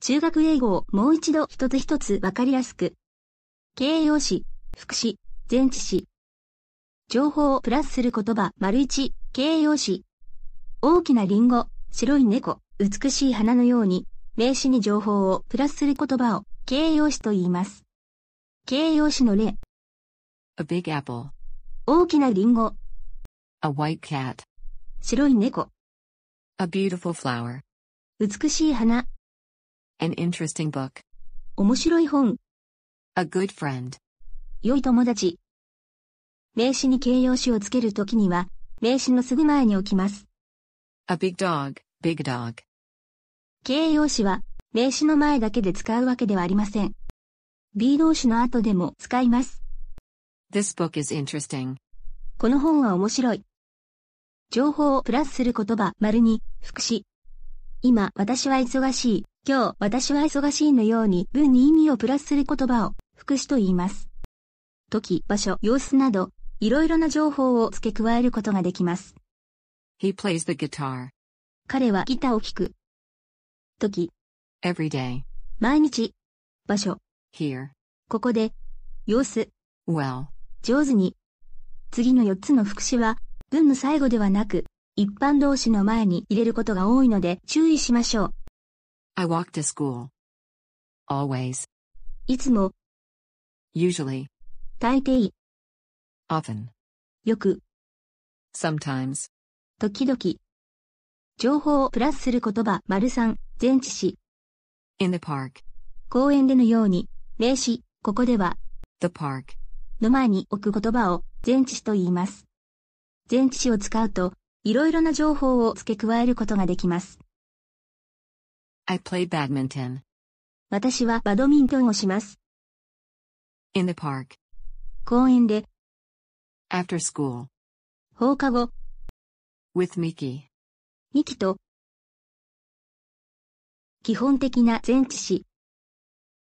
中学英語をもう一度一つ一つわかりやすく。形容詞、副詞、前置詞。情報をプラスする言葉、丸一、形容詞。大きなリンゴ、白い猫、美しい花のように、名詞に情報をプラスする言葉を形容詞と言います。形容詞の例、 A big apple. 大きなリンゴ、 A white cat. 白い猫、 A beautiful flower. 美しい花、 An interesting book. 面白い本、 A good friend. 良い友達。名詞に形容詞をつけるときには、名詞のすぐ前に置きます。 A big dog. Big dog. 形容詞は、名詞の前だけで使うわけではありません。B 動詞の後でも使います。 This book is interesting. この本は面白い。情報をプラスする言葉、丸に、副詞。今、私は忙しい。今日、私は忙しいのように、文に意味をプラスする言葉を、副詞と言います。時、場所、様子など、いろいろな情報を付け加えることができます。 He plays the guitar. 彼はギターを弾く。時、 Every day. 毎日。場所、 Here. ここで。様子、 Well. 上手に。次の4つの副詞は、文の最後ではなく、一般動詞の前に入れることが多いので注意しましょう。 I walk to school. Always. いつも、 Usually. 大抵、 Often. よく、 Sometimes. 時々。情報をプラスする言葉、丸三、前置詞、 In the park. 公園でのように、名詞、ここでは、 The park. の前に置く言葉を前置詞と言います。前置詞を使うと、いろいろな情報を付け加えることができます。 I play badminton. 私はバドミントンをします。 In the park. 公園で、 After school. 放課後、 With Miki. 2期と、基本的な前置詞、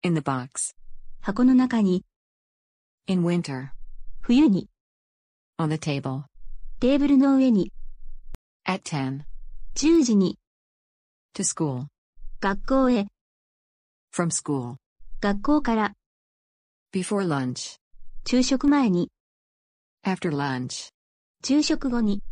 In the box. 箱の中に、 In winter. 冬に、 On the table. テーブルの上に、 At 10. 10時に、 To school. 学校へ、 From school. 学校から、 Before lunch. 昼食前に、 After lunch. 昼食後に、